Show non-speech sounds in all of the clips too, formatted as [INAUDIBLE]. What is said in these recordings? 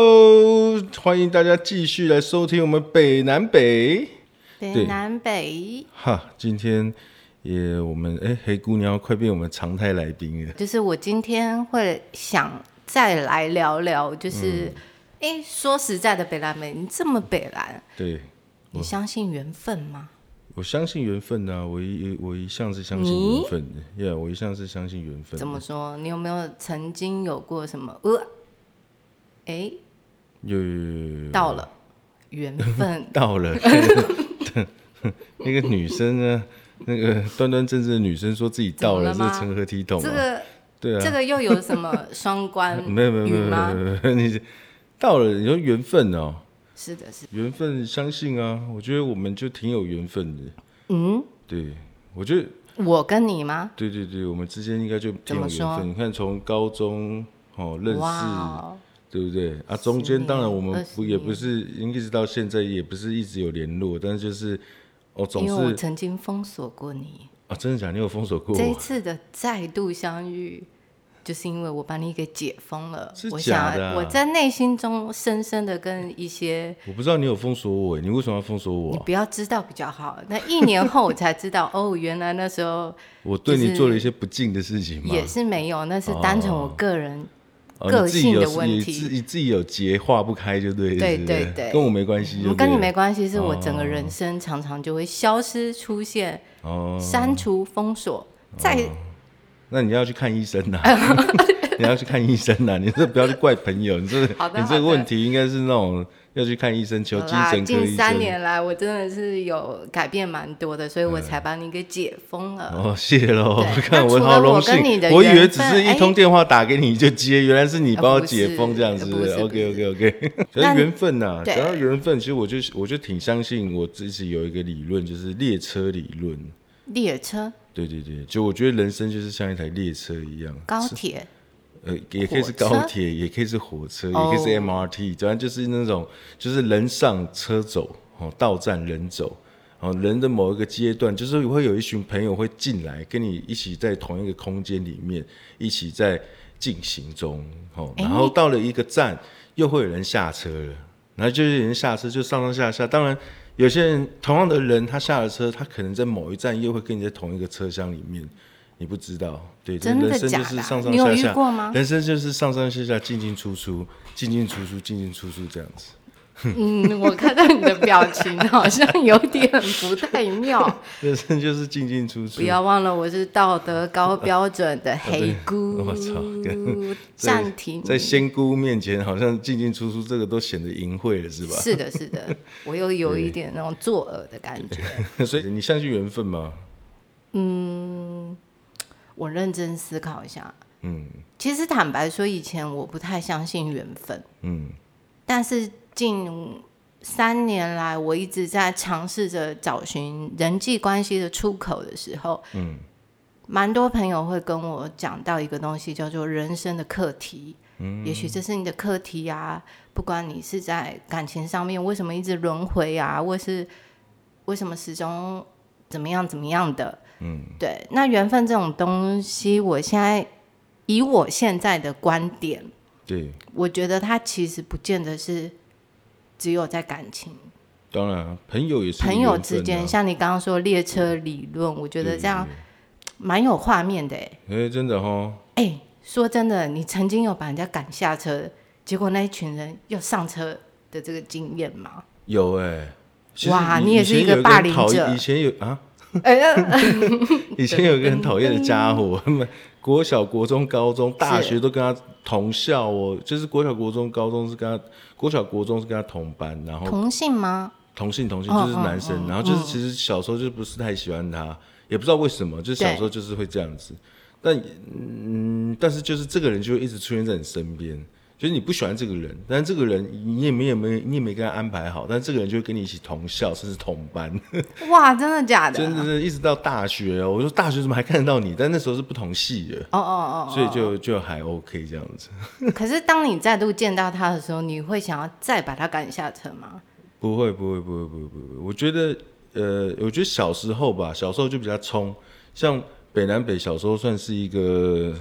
Hello，欢迎大家继续来收听我们北南北。北对南北，哈，今天也我们哎，黑姑娘快变我们常态来宾了。就是我今天会想再来聊聊，就是，嗯哎、说实在的，北南北，你这么北南，对嗯你相信缘分吗？我相信缘分呐、我一我一向是相信缘分的，呀、yeah,，我一向是相信缘分的。怎么说？你有没有曾经有过什么？呃，哎，有有有有有到了缘 [LAUGHS] 分，到 [LAUGHS] 了。那个女生呢？那个端端正正的女生说自己到了，这怎么了是吗成何体统这啊？个对啊这，个又有什么双关 [LAUGHS] 没有没有没语有没有吗？没有，你到了，你说缘分哦。是的，是的缘分，相信啊，我觉得我们就挺有缘分的。嗯，对，我觉得，我跟你吗？对对对，我们之间应该就挺怎有么缘说分。你看，从高中哦认识，哦，对不对？啊，十中间年当然我们二不十也不是一直到现在也不是一直有联络，但是就是哦，总因为我是曾经封锁过你。啊，真的假的？你有封锁过这一我？次的再度相遇，就是因为我把你给解封了。是我假想的啊我在内心中深深的跟一些。我不知道你有封锁我，欸你为什么要封锁我你啊？不要知道比较好。那一年后我才知道， [LAUGHS] 哦，原来那时候我对你就是做了一些不敬的事情吗？也是没有，那是单纯我个人。哦，个你自己性的有问你题自你自己有结化不开就对了，对是不对是对跟我没关系就对了，我跟你没关系，是我整个人生常常就会消失、出现、哦。删除、封锁，再那你要去看医生 [LAUGHS] 呐、你要去看医生呐、你这不要去怪朋友，你这好的你这个问题应该是那种要去看医生，求有精啦，神科近医三生。年来我真的是有改变蛮多的，所以我才把你给解封了。嗯哦，谢喽对！看那除我了好荣我幸跟你的，我以为缘只分是一哎通电话打给你就接，原来是你呃帮我不解是封这样呃子。不是 OK 不 OK OK，可那是你缘分呐、对讲到缘分，其实我就我就挺相信我自己有一个理论，就是列车理论。列车、对对对，就我觉得人生就是像一台列车一样，高铁，呃，也可以是高火车铁，也可以是火车，哦也可以是 MRT，反正就是那种就是人上车走，哦，到站人走，哦，人的某一个阶段，就是会有一群朋友会进来，跟你一起在同一个空间里面，一起在进行中，哦，诶然后到了一个站，又会有人下车了，然后就是有人下车就上上下下，当然。有些人同样的人，他下了车，他可能在某一站又会跟你在同一个车厢里面，你不知道，对，这真的人生假就的是啊上上你有下遇下，过吗人生就是上上下下，进进出出，进进出出，进进出出这样子。 [LAUGHS] 嗯，我看到你的表情好像有点不太妙。人生 [LAUGHS] 就是进进出出不。要忘了，我是道德高标准的黑姑。我操跟暂停。在仙姑面前，好像进进出出这个都显得淫秽了，是吧？是的，是 [LAUGHS] 的，我又有一点那种作恶的感觉。所以你相信缘分吗？我认真思考一下。嗯其实坦白说，以前我不太相信缘分，嗯，但是近三年来，我一直在尝试着找寻人际关系的出口的时候，嗯，蛮多朋友会跟我讲到一个东西，叫做人生的课题。嗯，也许这是你的课题啊，不管你是在感情上面为什么一直轮回啊，或是为什么始终怎么样怎么样的，嗯，对。那缘分这种东西，我现在以我现在的观点，对，我觉得它其实不见得是只有在感情，当然啊，朋友也是、朋友之间，，像你刚刚说列车理论，我觉得这样蛮有画面的诶。哎、真的哦，哎、说真的，你曾经有把人家赶下车，结果那一群人又上车的这个经验 [LAUGHS] 吗？有哎、其实哇以你也是一个霸凌者以前有个很讨厌以前有 [LAUGHS] 啊，哎、呀，以前有一个很讨厌的家伙，他们国小、国中、高中、大学是都跟他同校哦，就是国小、国中、高中是跟他国小、国中是跟他同班，然后同性吗？同性同性哦就是男生，然后就是其实小时候就不是太喜欢他，也不知道为什么，就是小时候就是会这样子。但嗯，但是就是这个人就会一直出现在你身边，就是你不喜欢这个人，但是这个人你也没也没你也没跟他安排好，但这个人就会跟你一起同校甚至同班。 [LAUGHS] 哇，真的假的？真的是一直到大学哦，我说大学怎么还看得到你？但那时候是不同系的，哦哦所以就就还 OK 这样子。哦！可是当你再度见到他的时候，你会想要再把他赶下车吗？不会不会不会不会不会，我觉得呃，我觉得小时候吧，小时候就比较冲，像北南北小时候算是一个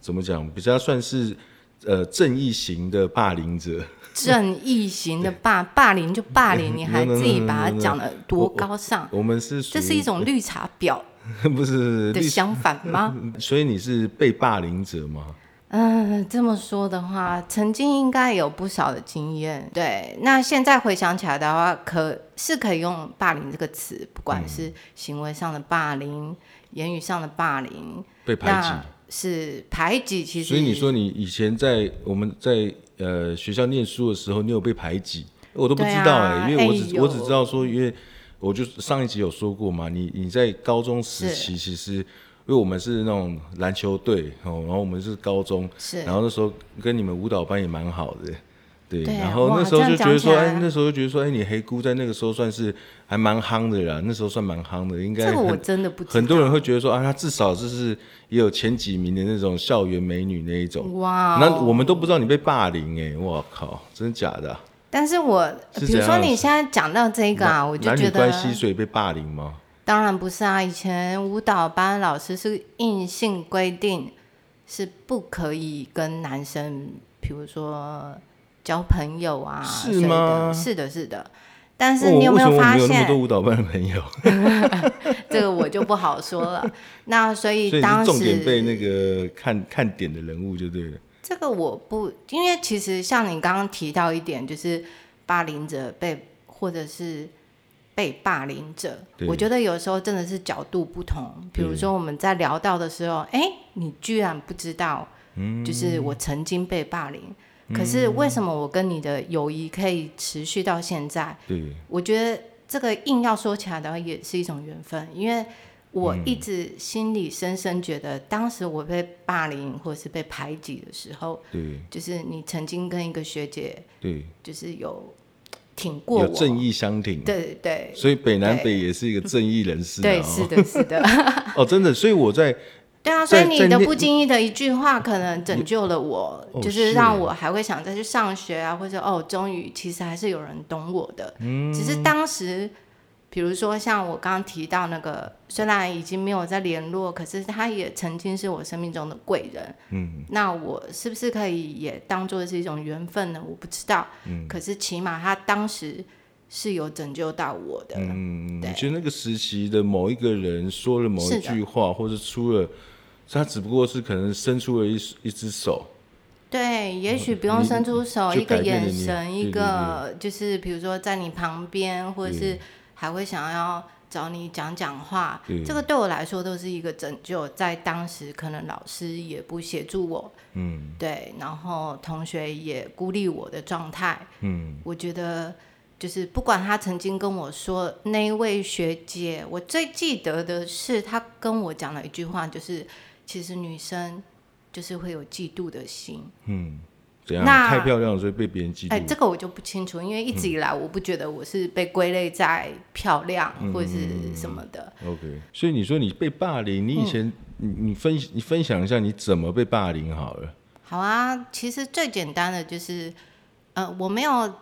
怎么讲，比较算是呃正义型的霸凌者，正义型的霸霸凌就霸 [LAUGHS] 凌，你还自己把它讲的多高尚，我们是属于这是一种绿茶婊 [LAUGHS] 不是的历史？相反 [LAUGHS] 吗？所以你是被霸凌者吗？嗯，这么说的话，曾经应该有不少的经验。对，那现在回想起来的话，可是可以用“霸凌”这个词，嗯不管是行为上的霸凌、言语上的霸凌，被排挤那？是排挤。其实，所以你说你以前在我们在呃学校念书的时候，你有被排挤，我都不知道对哎、啊因为我哎只、有我只知道说，因为我就上一集有说过嘛，你你在高中时是期其实。因为我们是那种篮球队哦，然后我们是高中，是然后那时候跟你们舞蹈班也蛮好的，对，对啊然后哇那时候就觉得说，这样讲起来哎，那时候就觉得说，哎，你黑姑在那个时候算是还蛮夯的啦，那时候算蛮夯的，应该这个我很真的不知道。很多人会觉得说啊，她至少就是也有前几名的那种校园美女那一种。哇哦，那我们都不知道你被霸凌哎、我靠，真的假的啊、但是我是比如怎样说你现在讲到这个啊，我就男觉女得关系所以被霸凌吗？当然不是啊，以前舞蹈班老师是硬性规定是不可以跟男生，比如说交朋友啊，是谁的吗是的，是的。但哦是你有没有发为什么我没有那么多现？舞蹈班的朋友？这个我就不好说 [LAUGHS] 了。那所以所以你当是时重点被那个看看点的人物就对了。这个我不，因为其实像你刚刚提到一点，就是霸凌者被或者是被霸凌者，对我觉得有时候真的是角度不同。比如对说我们在聊到的时候，哎，你居然不知道，嗯就是我曾经被霸凌，可是为什么我跟你的友谊可以持续到现在？对，我觉得这个硬要说起来的话，也是一种缘分，因为我嗯一直心里深深觉得，当时我被霸凌或是被排挤的时候，对，就是你曾经跟一个学姐对，就是有挺过有我，正义相挺。对对所以北南对北也是一个正义人士、对啊。对，是的，是的，哦，真的，所以我在对啊，所以在你在的那不经意的一句话，可能拯救了我哦，就是是让我还会想再去上学啊，或者哦，终于其实还是有人懂我的。只是当时，比如说像我刚刚提到那个，虽然已经没有在联络，可是他也曾经是我生命中的贵人。嗯，那我是不是可以也当做是一种缘分呢？我不知道。嗯，可是起码他当时是有拯救到我的。嗯，对我觉得那个时期的某一个人说了某一是的句话，或者出了，他只不过是可能伸出了一一只手，对，也许不你用伸出手，就一个改变了眼你神，一对对个就是比如说在你旁边，或者是还会想要找你讲讲话对，这个对我来说都是一个拯救。在当时，可能老师也不协助我，嗯对，然后同学也孤立我的状态，嗯，我觉得就是不管他曾经跟我说那一位学姐，我最记得的是他跟我讲了一句话，就是其实女生就是会有嫉妒的心。怎样？那太漂亮了，所以被别人嫉妒。哎，这个我就不清楚，因为一直以来我不觉得我是被归类在漂亮嗯或者是什么的。 OK，所以你说你被霸凌，你嗯以前、你你分你分享一下你怎么被霸凌好了？好啊，其实最简单的就是，呃，我没有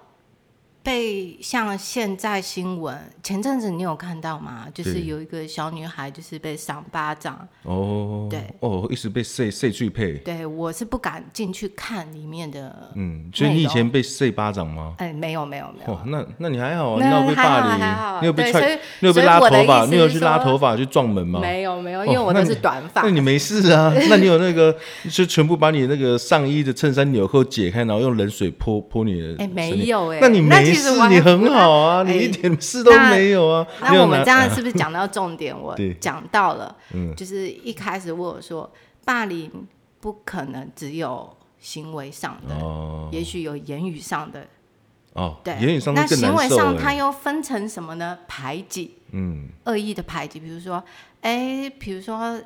被像现在新闻前阵子你有看到吗？就是对有一个小女孩就是被赏巴掌，哦，对哦，一直被谁谁去配？对我是不敢进去看里面的，嗯，所以你以前被塞巴掌吗？哎，没有没有没有。哦，那那你还好啊，那你哪有被还好霸凌还好，你有被对踹所以，你有被所以拉我的头发，意思你有是去拉说头发去撞门吗？没有没有，哦因为我那都你是短发，那你没事 [LAUGHS] 啊？那你有那个，就全部把你那个上衣的衬衫纽扣解开，然后用冷水泼泼你的身体。哎没有哎那你没那其事实我，还你很好啊，哎你一点事都没有啊。你那有我们拿这样是不是讲到重点？我对嗯讲到了，就是一开始我有说，霸凌不可能只有行为上的，哦也许有言语上的，哦，对，言语上那更行为难受上它哎。又分成什么呢？排挤，嗯，恶意的排挤，比如说，哎，比如说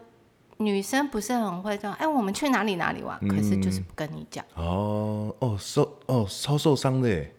女生不是很会这样，哎，我们去哪里哪里玩，嗯可是就是不跟你讲，哦哦受哦超受伤的哎，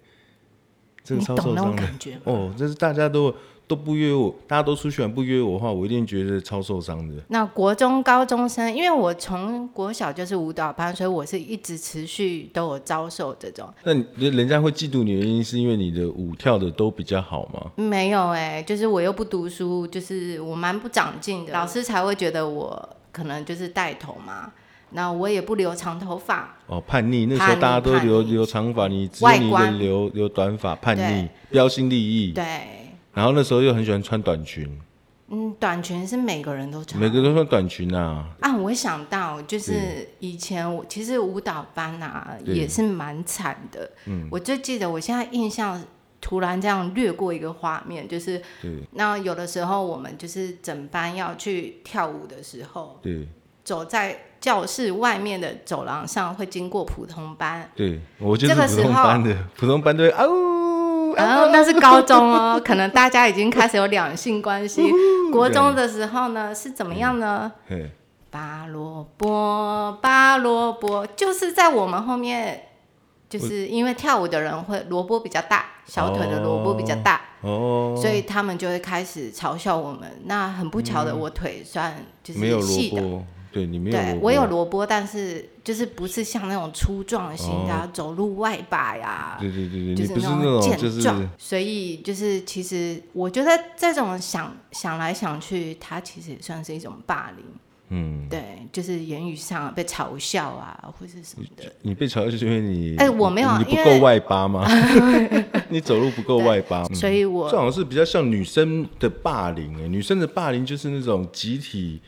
这个你超懂受那种伤的感觉吗？哦，这是大家都都不约我，大家都出去玩不约我的话，我一定觉得超受伤的。那国中、高中生，因为我从国小就是舞蹈班，所以我是一直持续都有遭受这种。那你人家会嫉妒你的原因，是因为你的舞跳的都比较好吗？没有哎、就是我又不读书，就是我蛮不长进的，老师才会觉得我可能就是带头嘛。那我也不留长头发，哦，叛逆，那时候大家都叛逆留叛逆留长发，你只有你一外个观人留留短发，叛逆对，标新立异。对，然后那时候又很喜欢穿短裙，嗯，短裙是每个人都穿，每个都穿短裙啊。啊，我想到就是以前我其实舞蹈班啊嗯对也是蛮惨的。嗯，我就记得我现在印象突然这样掠过一个画面，就是对那有的时候我们就是整班要去跳舞的时候，对走在教室外面的走廊上会经过普通班。对，我就是这个普时通候班的，普通班队啊呜然后那是高中哦，可能大家已经开始有两性关系。国中的时候呢是怎么样呢？嘿拔萝卜，拔萝卜，就是在我们后面，就是因为跳舞的人会萝卜比较大，小腿的萝卜比较大，哦，所以他们就会开始嘲笑我们。那很不巧的，我腿算就是没有细萝的，卜，对你没有萝对卜，我有萝卜，但是就是不是像那种粗壮型的、啊，走路外八呀、对对哦对对，就你不是那那种就健是壮，所以就是其实我觉得这种想想来想去，它其实也算是一种霸凌。嗯，对，就是言语上啊被嘲笑啊，或者什么的。你被嘲笑就是因为你哎我没有你不因够为外八 [LAUGHS] 吗？ [LAUGHS] 你走路不够外八，嗯所以这我好像是比较像女生的霸凌哎、女生的霸凌就是那种集体、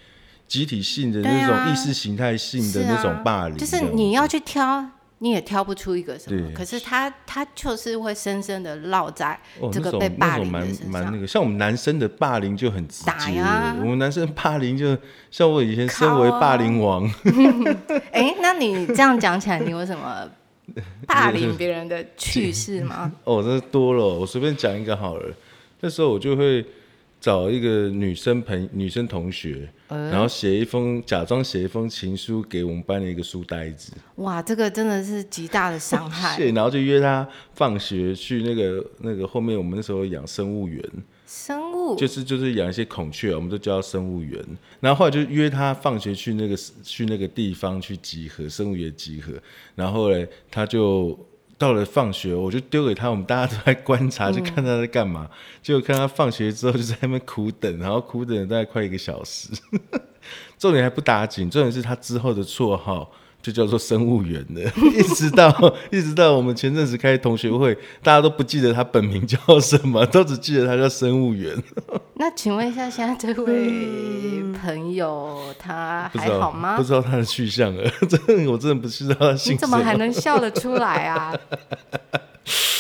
集体性的对那啊种意识形态性的是那啊种霸凌，就是你要去挑，你也挑不出一个什么对。可是他他就是会深深的烙在哦，这个那种被霸凌那的种身蛮蛮上那。个，像我们男生的霸凌就很直打接呀，我们男生霸凌就像我以前身为靠啊霸凌王，哎，那你这样讲起来，你有什 [LAUGHS] 么霸凌别人的趣事吗？哦，真是多了哦。我随便讲一个好了。那时候我就会找一个女生朋女生同学，呃然后写一封假装写一封情书给我们班的一个书呆子，哇，这个真的是极大的伤害。是，然后就约她放学去那个那个后面我们那时候养生物园，生物就是就是养一些孔雀，我们都叫它生物园。然后后来就约他放学去那个去那个地方去集合，生物园集合。然后嘞，他就到了放学，我就丢给他，我们大家都在观察，就看他在干嘛。结果看他放学之后就在那边苦等，然后苦等了大概快一个小时。 [LAUGHS] 重点还不打紧，重点是他之后的绰号就叫做生物园的，一直到一直到我们前阵子开同学会，大家都不记得他本名叫什么，都只记得他叫生物园。那请问一下，现在这位朋友他嗯不还知道好吗不？知道他的去向了， [LAUGHS] 真的我真的不知道他你姓什怎么还能笑得出来啊？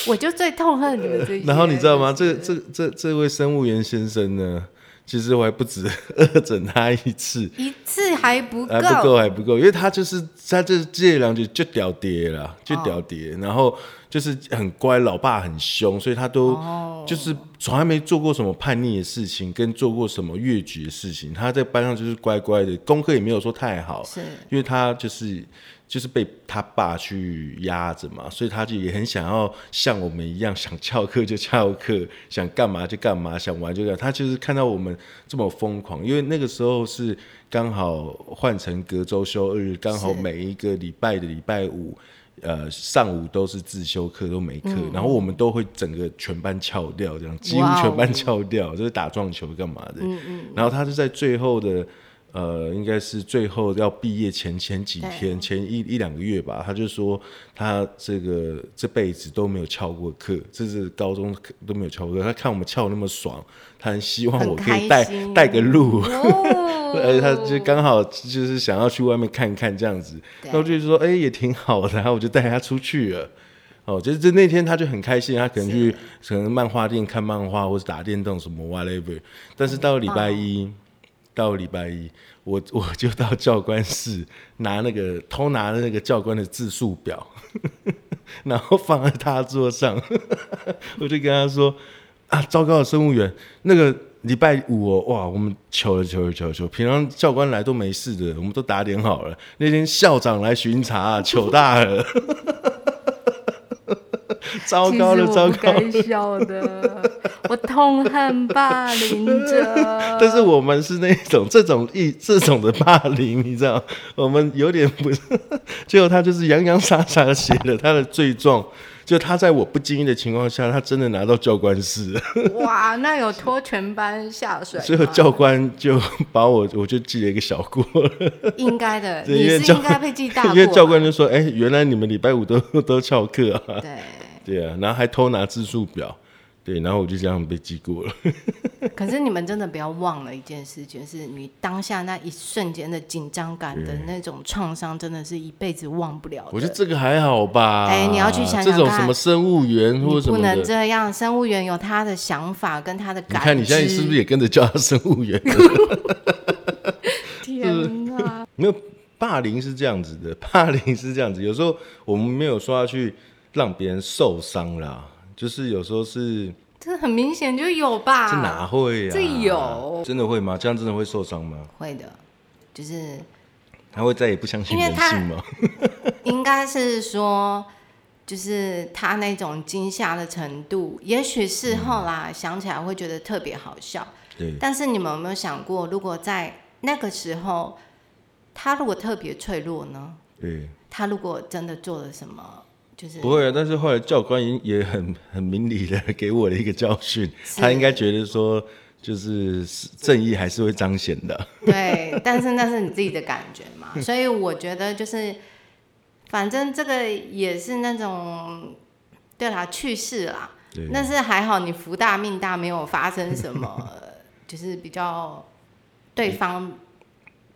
我就最痛恨你们这些。 [LAUGHS] 然后你知道吗？这这这这位生物员先生呢，其实我还不止恶整他一次，一次还不够，还不够，还不够，因为他就是他就是这两句就屌爹哦啦，就屌爹，然后就是很乖，老爸很凶，所以他都哦就是从来没做过什么叛逆的事情，跟做过什么越矩的事情。他在班上就是乖乖的，功课也没有说太好，是因为他就是就是被他爸去压着嘛，所以他就也很想要像我们一样，想翘课就翘课，想干嘛就干嘛，想玩就玩。他就是看到我们这么疯狂，因为那个时候是刚好换成隔周休二日，刚好是每一个礼拜的礼拜五。呃，上午都是自修课，都没课，然后我们都会整个全班翘掉，这样几乎嗯哇哦全班翘掉，就是打撞球干嘛的。嗯然后他就在最后的呃，应该是最后要毕业前前几天，前一一两个月吧，他就说他这个这辈子都没有翘过课，这是高中都没有翘过课。他看我们翘那么爽，他很希望很我可以开带心带个路。哦而且呃他就刚好就是想要去外面看看这样子，对那我就说，哎、也挺好的，然后我就带他出去了。哦，就是就那天他就很开心，他可能去可能漫画店看漫画，或者打电动什么 whatever。但是到礼拜一，到礼拜一，我 [LAUGHS] 我就到教官室拿那个偷拿那个教官的字数表， [LAUGHS] 然后放在他桌上， [LAUGHS] 我就跟他说：“啊，糟糕的生物员，那个礼拜五哦，哇，我们求了求了求了求了，平常教官来都没事的，我们都打点好了。那天校长来巡查、糗大了。” [LAUGHS] 糟其实糕了，糟我不糕了。该笑的， [LAUGHS] 我痛恨霸凌者。但是我们是那种这种一这种的霸凌，你知道， [LAUGHS] 我们有点不是。 [LAUGHS] 结果他就是洋洋洒洒的写了他的罪状，就他在我不经意的情况下，他真的拿到教官室了，哇，那有拖全班下水吗，最后教官就把我我就记了一个小过了，应该 [LAUGHS] 的，对 [LAUGHS] 你因为是教应该被记大过啊 [LAUGHS] 因吧，为教官就说：“哎、原来你们礼拜五都 [LAUGHS] 都翘课啊对。？”对啊，然后还偷拿字数表，对，然后我就这样被记过了。可是你们真的不要忘了一件事情，就是你当下那一瞬间的紧张感的那种创伤，真的是一辈子忘不了的。我觉得这个还好吧。哎你要去想想这种看什么生物园或者你什不么的。能这样，生物员有他的想法跟他的你感知。看你现在是不是也跟着叫他生物员？ [LAUGHS] 天哪！没有，霸凌是这样子的，霸凌是这样子。有时候我们没有说要去让别人受伤啦，就是有时候是这很明显就有吧？这哪会啊？这有真的会吗？这样真的会受伤吗？会的，就是他会再也不相信因为人他性吗？ [LAUGHS] 应该是说，就是他那种惊吓的程度，也许事后啦、想起来会觉得特别好笑。嗯对，但是你们有没有想过，如果在那个时候，他如果特别脆弱呢？对，他如果真的做了什么，就是不会啊。但是后来教官也也很很明理的给我的一个教训，是他应该觉得说，就是正义还是会彰显的。 [LAUGHS] 对，但是那是你自己的感觉嘛，所以我觉得就是，反正这个也是那种，对啦，去世啦对，但是还好你福大命大，没有发生什么， [LAUGHS] 就是比较对方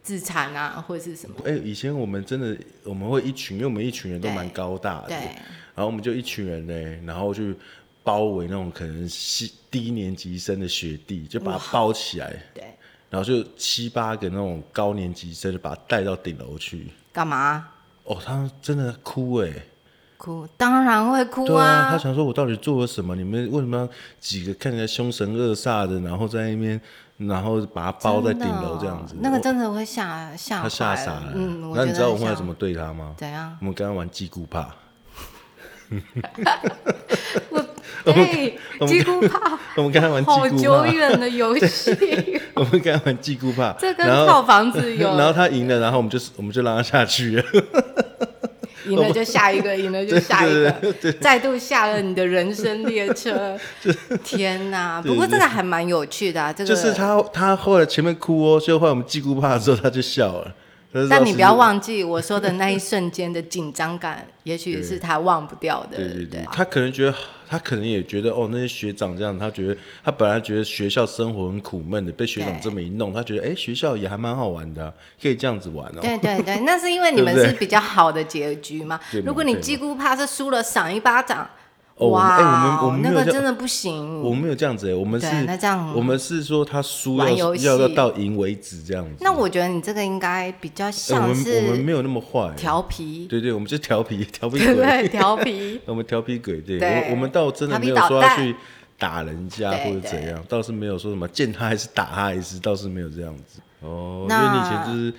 自残啊或者是什么，哎、以前我们真的我们会一群，因为我们一群人都对蛮高大的，对，然后我们就一群人呢，然后去包围那种可能是低年级生的学弟，就把他包起来，对，然后就七八个那种高年级生就把他带到顶楼去。干嘛哦，他真的哭哎、哭？当然会哭对啊，他啊想说我到底做了什么？你们为什么要几个看起来凶神恶煞的，然后在那边，然后把他包在真顶的楼这样子？那个我真的会吓吓他吓坏傻了。嗯，我那觉你得知道我很后来吓怎么对他吗？怎 [LAUGHS] 样？我们刚刚玩击鼓怕。我对，几乎怕。 [LAUGHS] 我们刚才玩击好鼓久怕，远的游 [LAUGHS] 戏，我们刚才玩击鼓怕，这跟然后套房子 [LAUGHS] 有，然后他赢了，然后我们就我们就让他下去了。赢了就 [LAUGHS] 下一个，赢了就下一对个，再度下了你的人生列 [LAUGHS] 车。天哪！对不过这个还蛮有趣的啊，这个就是。他他后来前面哭哦，就后来我们记顾怕的时候他就笑了。他就知道但你是不要，忘记，我说的那一瞬间的紧张感，也许是他忘不掉的。对对对对，他可能觉得他可能也觉得哦，那些学长这样，他觉得他本来觉得学校生活很苦闷的，被学长对这么一弄，他觉得哎学校也还蛮好玩的啊、可以这样子玩哦。对对对，那是因为你们对不是对比较好的结局 [LAUGHS] 嘛对。嘛如果你对嘛叽咕怕是输了，赏一巴掌，哦我们哎我们我哇们，没那有个这真的不行。我们没有这样子哎，我们是对那这样我们是说他输要玩游戏要要到赢为止这样子。那我觉得你这个应该比较哎我像们我们是没有那么坏，调皮，对对，我们就调皮调 [LAUGHS] 皮对不鬼。对？调皮，我们调皮鬼，对对我我们倒真的调皮没有说要捣蛋去打人家对或者怎样，倒是没有说什么见他还是打他一次，倒是没有这样子。哦，因为你以前那就是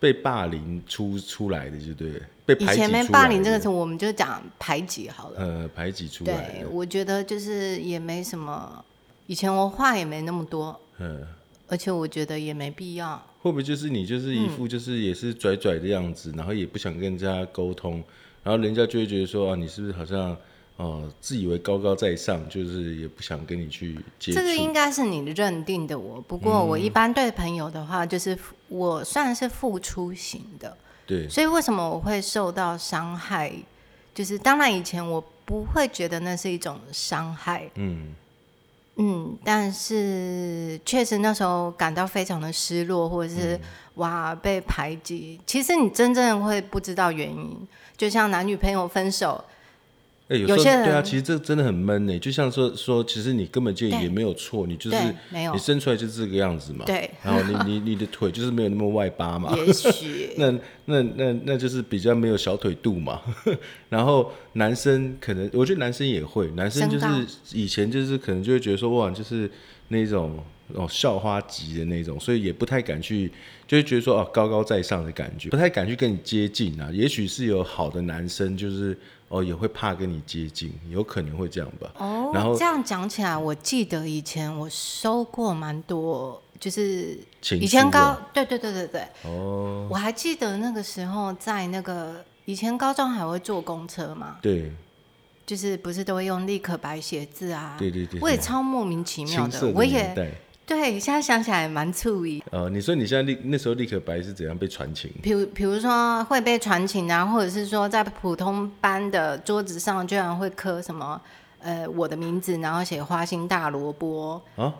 被霸凌出出来的，就对了，被 [LAUGHS] 以排挤前没出霸来凌这个的词，我们就讲排挤好了。呃排挤出来对的，，我觉得就是也没什么，以前我话也没那么多，嗯。而且我觉得也没必要。会不会就是你就是一嗯副就是也是拽拽的样子，然后也不想跟人家沟通，然后人家就会觉得说啊，你是不是好像呃自以为高高在上，就是也不想跟你去接触嗯这。个应该是你认定的我，不过我一般对朋友的话，就是付我算是付出型的，对，所以为什么我会受到伤害？就是当然以前我不会觉得那是一种伤害，嗯，嗯，但是确实那时候感到非常的失落，或者嗯是、哇被排挤。其实你真正会不知道原因，就像男女朋友分手，哎、有有时候些对啊，人其实这真的很闷呢、就像说说，其实你根本就对也没有错，你就是对，没有你，生出来就是这个样子嘛。对，然后你你你的腿就是没有那么外八嘛。也许那那那那就是比较没有小腿肚嘛， [LAUGHS] 然后男生可能我觉得男生也会，男生就是身以前就是可能就会觉得说哇，就是那种哦校花级的那种，所以也不太敢去，就会觉得说哦高高在上的感觉，不太敢去跟你接近啊。也许是有好的男生就是哦哦，也会怕跟你接近，有可能会这样吧。哦， [LAUGHS] 然后这样讲起来，我记得以前我收过蛮多，就是情以前书高啊，对对对对对，哦，我还记得那个时候在那个以前高中还会坐公车嘛，对就是不是都会用立可白写字啊？对对对，我也对超莫名其妙青的，涩我年也代。对，现在想起来蛮醋意。呃，你说你现在立那时候立可白是怎样被传情？比如，比如说会被传情啊，或者是说在普通班的桌子上，居然会刻什么呃我的名字，然后写花心大萝卜。啊，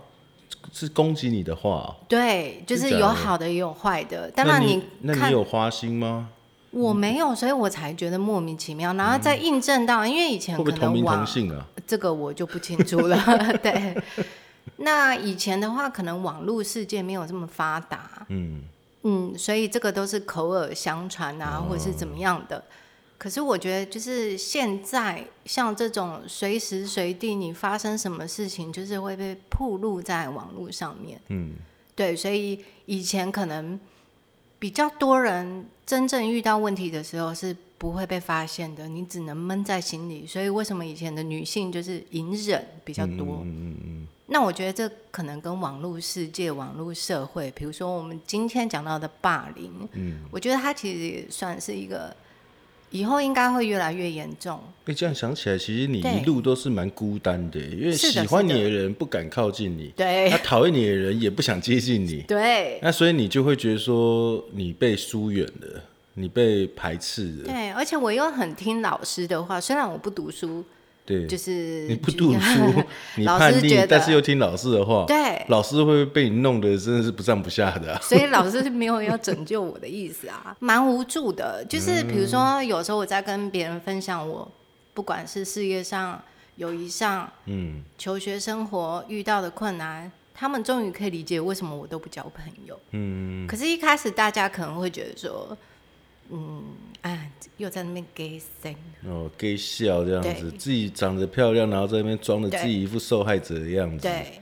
是攻击你的话哦、对，就真是假有的好的也有坏的。当那然你那看你有嗯花心吗？我没有，所以我才觉得莫名其妙。然后再印证到，因为以前会嗯可不会同能名网同姓啊？这个我就不清楚了。对，那以前的话，可能网络世界没有这么发达，嗯，嗯，所以这个都是口耳相传啊，或者是怎么样的。可是我觉得，就是现在像这种随时随地你发生什么事情，就是会被曝露在网络上面。嗯，对，所以以前可能比较多人真正遇到问题的时候是不会被发现的，你只能闷在心里。所以为什么以前的女性就是隐忍比较多？嗯那我觉得这可能跟网络世界、网络社会，比如说我们今天讲到的霸凌，嗯我觉得它其实也算是一个，以后应该会越来越严重。被这样想起来，其实你对一路都是蛮孤单的，因为嗯是的喜欢是你的的人不敢靠近你，对他讨厌你的人也不想接近你，对那所以你就会觉得说你被疏远了，你被排斥了，对，而且我又很听老师的话，虽然我不读书，对，就是你不读书，你老叛师逆觉，但得是又听老师的话， [LAUGHS] 对老师会被你弄得真的是不上不下 [LAUGHS] 的啊、所以老师是没有要拯救我的意思啊，蛮无助的。就是比如说，有时候我在跟别人分享我，不管是事业上、友谊上、嗯，求学生活遇到的困难，他们终于可以理解为什么我都不交朋友。嗯，可是，一开始大家可能会觉得说，嗯，哎，又在那边 gay 森，哦，gay 笑这样子，对自己长得漂亮，然后在那边装的对自己一副受害者的样子。哎、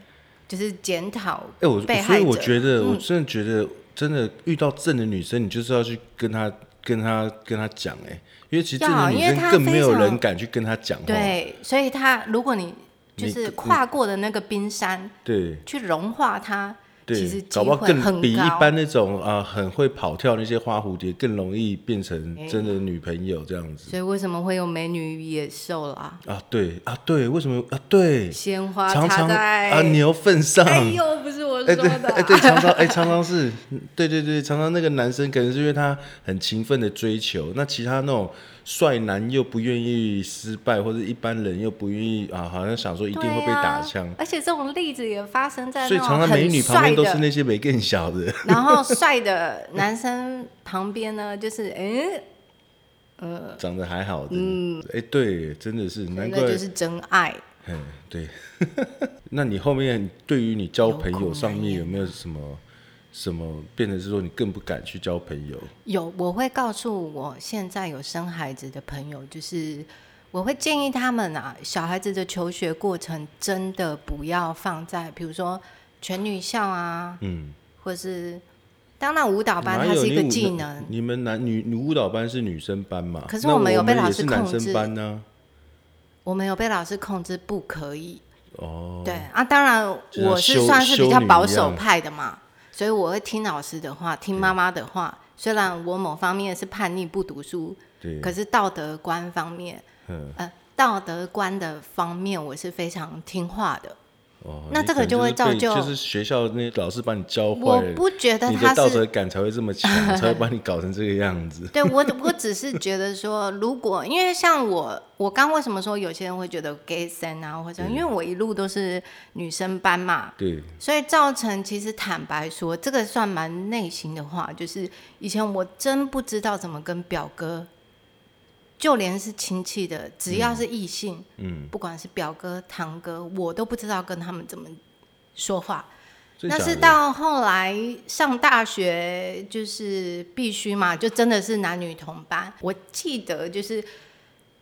对，就是检讨我被所害以者。嗯我觉得，哦我真的觉得，真的遇到正的女生，你就是要去跟她、跟她、跟她讲，哎，因为其实正的要女因为生她更没有非常人敢去跟她讲话。对，所以他如果你就你是跨过的那个冰山。对去融化它，其对，实机搞不会好更很比一高。般那种啊、很会跑跳那些花蝴蝶更容易变成哎真的女朋友这样子。所以为什么会有美女与野兽啦？啊，对啊，对，为什么啊？对，鲜花常插常在啊牛粪上。哎呦，不是我说哎、对，的哎、啊， [LAUGHS] 对，常常，哎、常常是，嗯对对对，常常那个男生可能是因为他很勤奋的追求，那其他那种帅男又不愿意失败，或者一般人又不愿意啊，好像想说一定对会被打枪，啊。而且这种例子也发生在所那以种常常美很女旁边帅都是的，那些没更小的， [LAUGHS] 然后帅的男生旁边呢，就是哎，长得还好的，嗯，哎、对，真的是，难那怪，就是真爱。嗯，对，那你后面对于你交朋有友苦上难面言有没有什么什么变成是说你更不敢去交朋友？有，我会告诉我现在有生孩子的朋友，就是我会建议他们啊，小孩子的求学过程真的不要放在，比如说全女校啊，嗯，或是当然舞蹈班哪它有是一个你舞技男能，你们男女女舞蹈班是女生班嘛？可是那我我们有被老也师是男控生制班呢、我们有被老师控制不可以。哦，对啊，当然就像我是修算是修比较女保一守样派的嘛，所以我会听老师的话，听嗯妈妈的话。虽然我某方面是叛逆不读书，对，可是道德观方面，嗯，呃，道德观的方面，我是非常听话的。哦，那你这个可能就就会是造被就就是学校那老师把你教我坏了，不觉得你他的道德是感才会这么 [LAUGHS] 强，才会把你搞成这个样子。对我，我只是觉得说，如果 [LAUGHS] 因为像我，我刚为什么说有些人会觉得 gay 森啊，或者嗯因为我一路都是女生班嘛，对，所以造成其实坦白说，这个算蛮内心的话，就是以前我真不知道怎么跟表哥，就连是亲戚的，只要是异性，嗯，不管是表哥、堂哥，我都不知道跟他们怎么说话。真那假是的到后来上大学，就是必须嘛，就真的是男女同班。我记得就是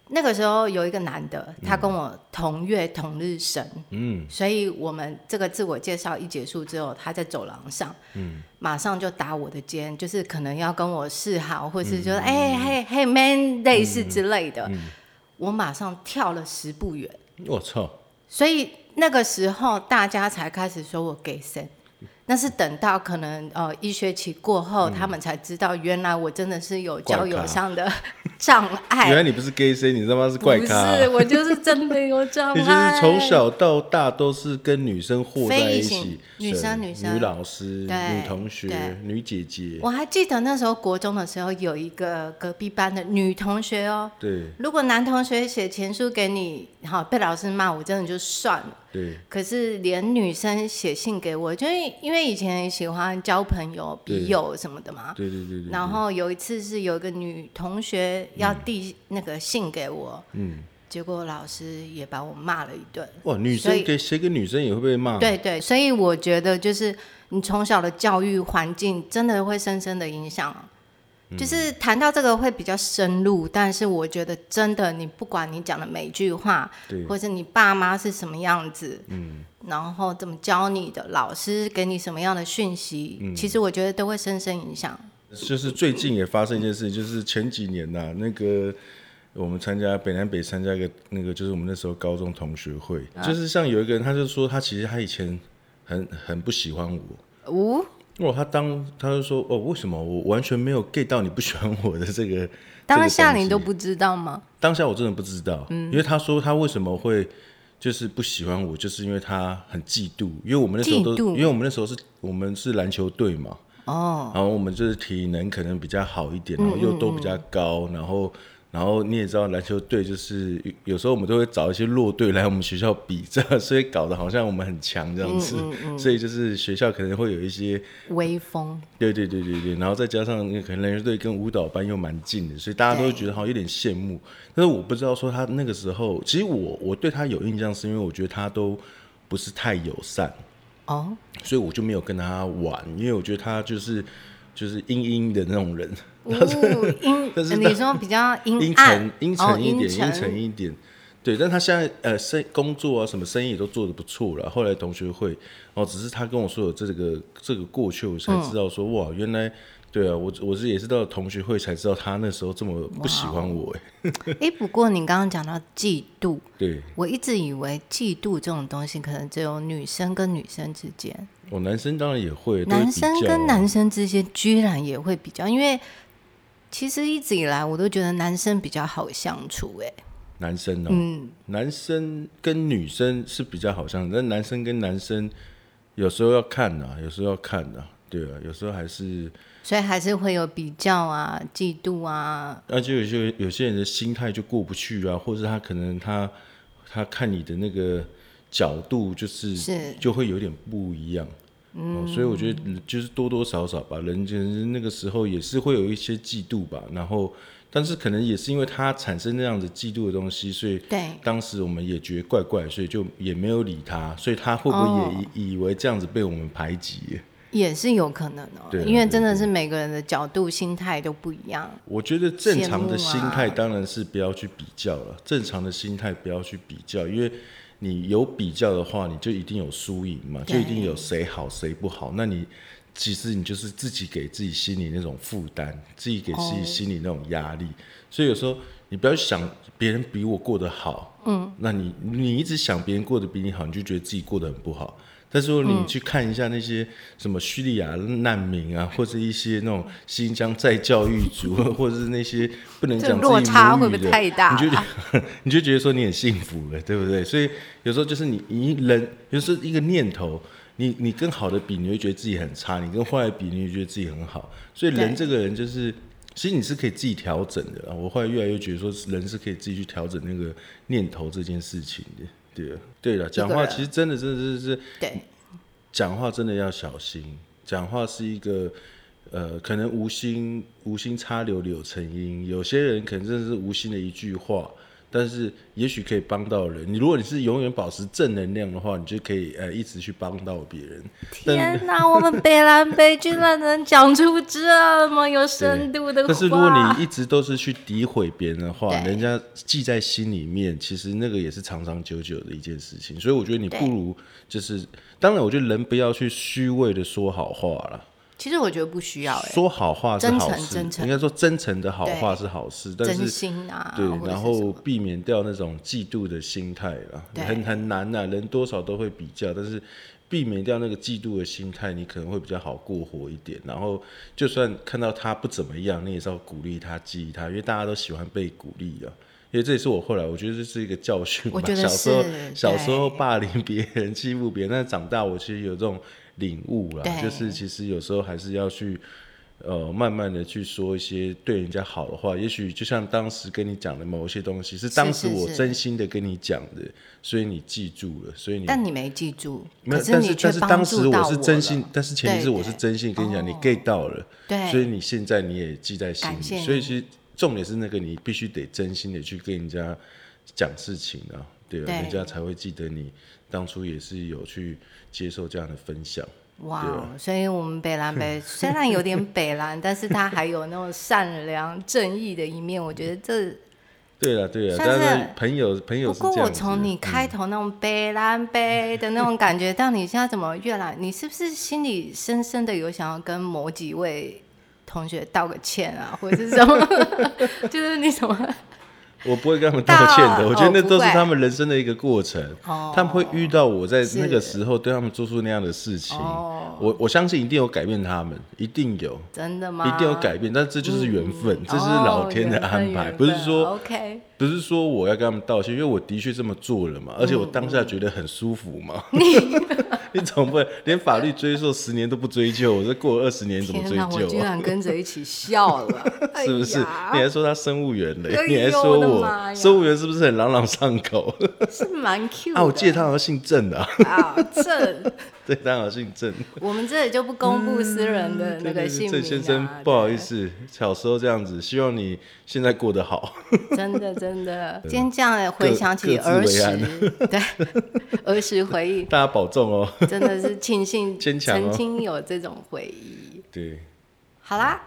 那个时候有一个男的，他跟我同月同日生，嗯，所以我们这个自我介绍一结束之后，他在走廊上，嗯，马上就打我的肩，就是嗯可能要跟我示好，或是就是哎嘿嘿 man 类似之类的。我马上跳了十步远。我操，所以那个时候大家才开始说我给生，那是等到可能呃一学期过后，嗯他们才知道原来我真的是有交友上的 [LAUGHS] 障原来碍。你不是 gay 谁，你他妈是怪不咖、啊是，我就是真的有障 [LAUGHS] 你就碍。是从小到大都是跟女生和在一非异起性，女生对女生女老师、对女同学对、女姐姐，我还记得那时候国中的时候，有一个隔壁班的女同学哦。对如果男同学写情书给你，好被老师骂，我真的就算了。对可是连女生写信给我，就是因为以前喜欢交朋友、对笔友什么的嘛。对对对对，然后有一次是有一个女同学要递那个信给我，嗯，结果老师也把我骂了一顿。哇，女所生以给写给女生也会被骂，对对，所以我觉得就是你从小的教育环境真的会深深的影响。嗯就是谈到这个会比较深入，但是我觉得真的，你不管你讲的每句话，对或者你爸妈是什么样子，嗯，然后怎么教你的，老师给你什么样的讯息，嗯其实我觉得都会深深影响。就是最近也发生一件事，就是前几年呐、那个我们参加北南北参加一个那个，就是我们那时候高中同学会，啊就是像有一个人，他就说他其实他以前很很不喜欢我，五、哇，他当他就说哦，为什么我完全没有 get 到你不喜欢我的这个当下你这个东都西不知道吗？当下我真的不知道，嗯因为他说他为什么会就是不喜欢我，就是因为他很嫉妒，因为我们那时候都嫉妒因为我们那时候是我们是篮球队嘛，哦，嗯然后我们就是体能可能比较好一点，然后又都比较高，然后然后你也知道篮球队就是有时候我们都会找一些弱队来我们学校比，这 [LAUGHS] 样所以搞得好像我们很强这样子，嗯所以就是学校可能会有一些微风，对对对对对，然后再加上可能篮球队跟舞蹈班又蛮近的，所以大家都会觉得好像有点羡慕。但是我不知道说他那个时候，其实我我对他有印象，是因为我觉得他都不是太友善， [LAUGHS] 哦，所以我就没有跟他玩，因为我觉得他就是就是阴阴的那种人，呜阴，但是你说比较 [LAUGHS] 阴阴暗沉，阴哦沉一点，阴沉沉一点。对，但他现在呃生工作啊什么生意也都做得不错了。后来同学会哦，只是他跟我说有这个这个过去，我才嗯知道说、哇，原来对啊，我我是也是到同学会才知道他那时候这么不喜欢我哎。哎、不过你刚刚讲到嫉妒，对，我一直以为嫉妒这种东西可能只有女生跟女生之间，我、哦男生当然也会，都会男比较啊生跟男生之间居然也会比较，因为其实一直以来我都觉得男生比较好相处、诶，哎，男生哦、嗯男生跟女生是比较好相处，但男生跟男生有时候要看呐、有时候要看呐、对啊，有时候还是。所以还是会有比较啊、嫉妒啊，而且有些有些人的心态就过不去啊，或者他可能他他看你的那个角度就是是就会有点不一样。嗯、所以我觉得就是多多少少吧，人人那个时候也是会有一些嫉妒吧，然后但是可能也是因为他产生那样子嫉妒的东西，所以对当时我们也觉得怪怪，所以就也没有理他，所以他会不会也以以为这样子被我们排挤？也是有可能哦、对啊因为真的是每个人的角度、心态都不一样。我觉得正常的心态羡慕啊当然是不要去比较了，正常的心态不要去比较，因为你有比较的话，你就一定有输赢嘛，就对一定有谁好谁不好。那你其实你就是自己给自己心里那种负担，自己给哦自己心里那种压力。所以有时候你不要想别人比我过得好，嗯，那你你一直想别人过得比你好，你就觉得自己过得很不好。但是如嗯果你去看一下那些什么叙利亚难民啊，或者一些那种新疆再教育族，或者是那些不能讲自己这落差母语会不会的太大啊你就觉得你就觉得说你很幸福了，对不对？所以有时候就是你你人，有时候一个念头，你你跟好的比，你会觉得自己很差；你跟坏的比，你会觉得自己很好。所以人对这个人就是，其实你是可以自己调整的啊啦。我后来越来越觉得说，人是可以自己去调整那个念头这件事情的。对啊对了，讲话人其实真的真的是是对，讲话真的要小心，讲话是一个呃，可能无心无心插柳柳成荫，有些人可能真的是无心的一句话，但是也许可以帮到人。你如果你是永远保持正能量的话，你就可以呃一直去帮到别人。天哪，我们北南北居然能讲出这么有深度的话。但是如果你一直都是去诋毁别人的话，对人家记在心里面，其实那个也是长长久久的一件事情。所以我觉得你不如就是，当然我觉得人不要去虚伪的说好话啦。其实我觉得不需要哎、说好话是好真事，诚真诚应该说真诚的好话是好事，但真是心啊，对或者，是然什后么避免掉那种嫉妒的心态啦，对很很难呐、人多少都会比较，但是避免掉那个嫉妒的心态，你可能会比较好过活一点。然后就算看到他不怎么样，你也是要鼓励他、激励他，因为大家都喜欢被鼓励啊。因为这也是我后来我觉得这是一个教训吧。我觉得小时候是小时候对霸凌别人、欺负别人，但长大我其实有这种领悟啦，对就是其实有时候还是要去。呃，慢慢的去说一些对人家好的话，也许就像当时跟你讲的某些东西，是当时是我是真心的跟你讲的，所以你记住了，所以你但你没记住，没有可，但你是却但是帮当时助到我我是真心了，但是前提是对我是对哦真心跟你讲，你 get 到了，对所以你现在你也记在心感谢里，你所以其实重点是那个你必须得真心的去跟人家讲事情啊，对啊，对人家才会记得你当初也是有去接受这样的分享，哇啊哦！所以我们北 [LAUGHS] 兰北虽然有点北兰，但是他还有那种善良正义的一面。我觉得这对了对了，算是但是朋友朋友不是这过样子的。啊我从你开头那种北兰北的那种感觉，到你现在怎么越来，你是不是心里深深的有想要跟某几位同学道个歉啊，或者 [LAUGHS] 是什么？就是你什么？我不会跟他们道歉的，道我觉得那哦都是不会他们人生的一个过程。哦他们会遇到我在是那个时候对他们做出那样的事情，哦我我相信一定有改变他们，一定有，真的吗？一定有改变，但这就是缘分，嗯这是老天的安哦排，不是说 OK。不是说我要跟他们道歉，因为我的确这么做了嘛，而且我当嗯下觉得很舒服 [LAUGHS] 嘛。 [LAUGHS] 你总不能连法律追溯十年都不追究，我这过了二十年怎么天追哪，我究居啊？然跟着一起 [LAUGHS] 笑了，是不是？哎你呀还说他生物园嘞哎？呦你还说我的我妈呀生物园是不是很朗朗上口？是蛮 [LAUGHS] Q 的。啊，我记得他好像姓郑啊， [LAUGHS] 啊，这对，他好像姓 [LAUGHS] 郑。我们这里就不公布私人的那嗯对对个对姓名、啊郑先生，不好意，思，小时候这样子，希望你现在过得好。 [LAUGHS] 对 [LAUGHS] 真的真的，今天这样回想起各各自儿为时安，对 [LAUGHS] 儿时回忆，大家保重哦。真的是庆幸 [LAUGHS] 坚强哦曾经有这种回忆。对，好啦，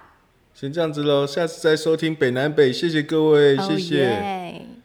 先这样子喽，下次再收听北南北，谢谢各位，哦谢谢。耶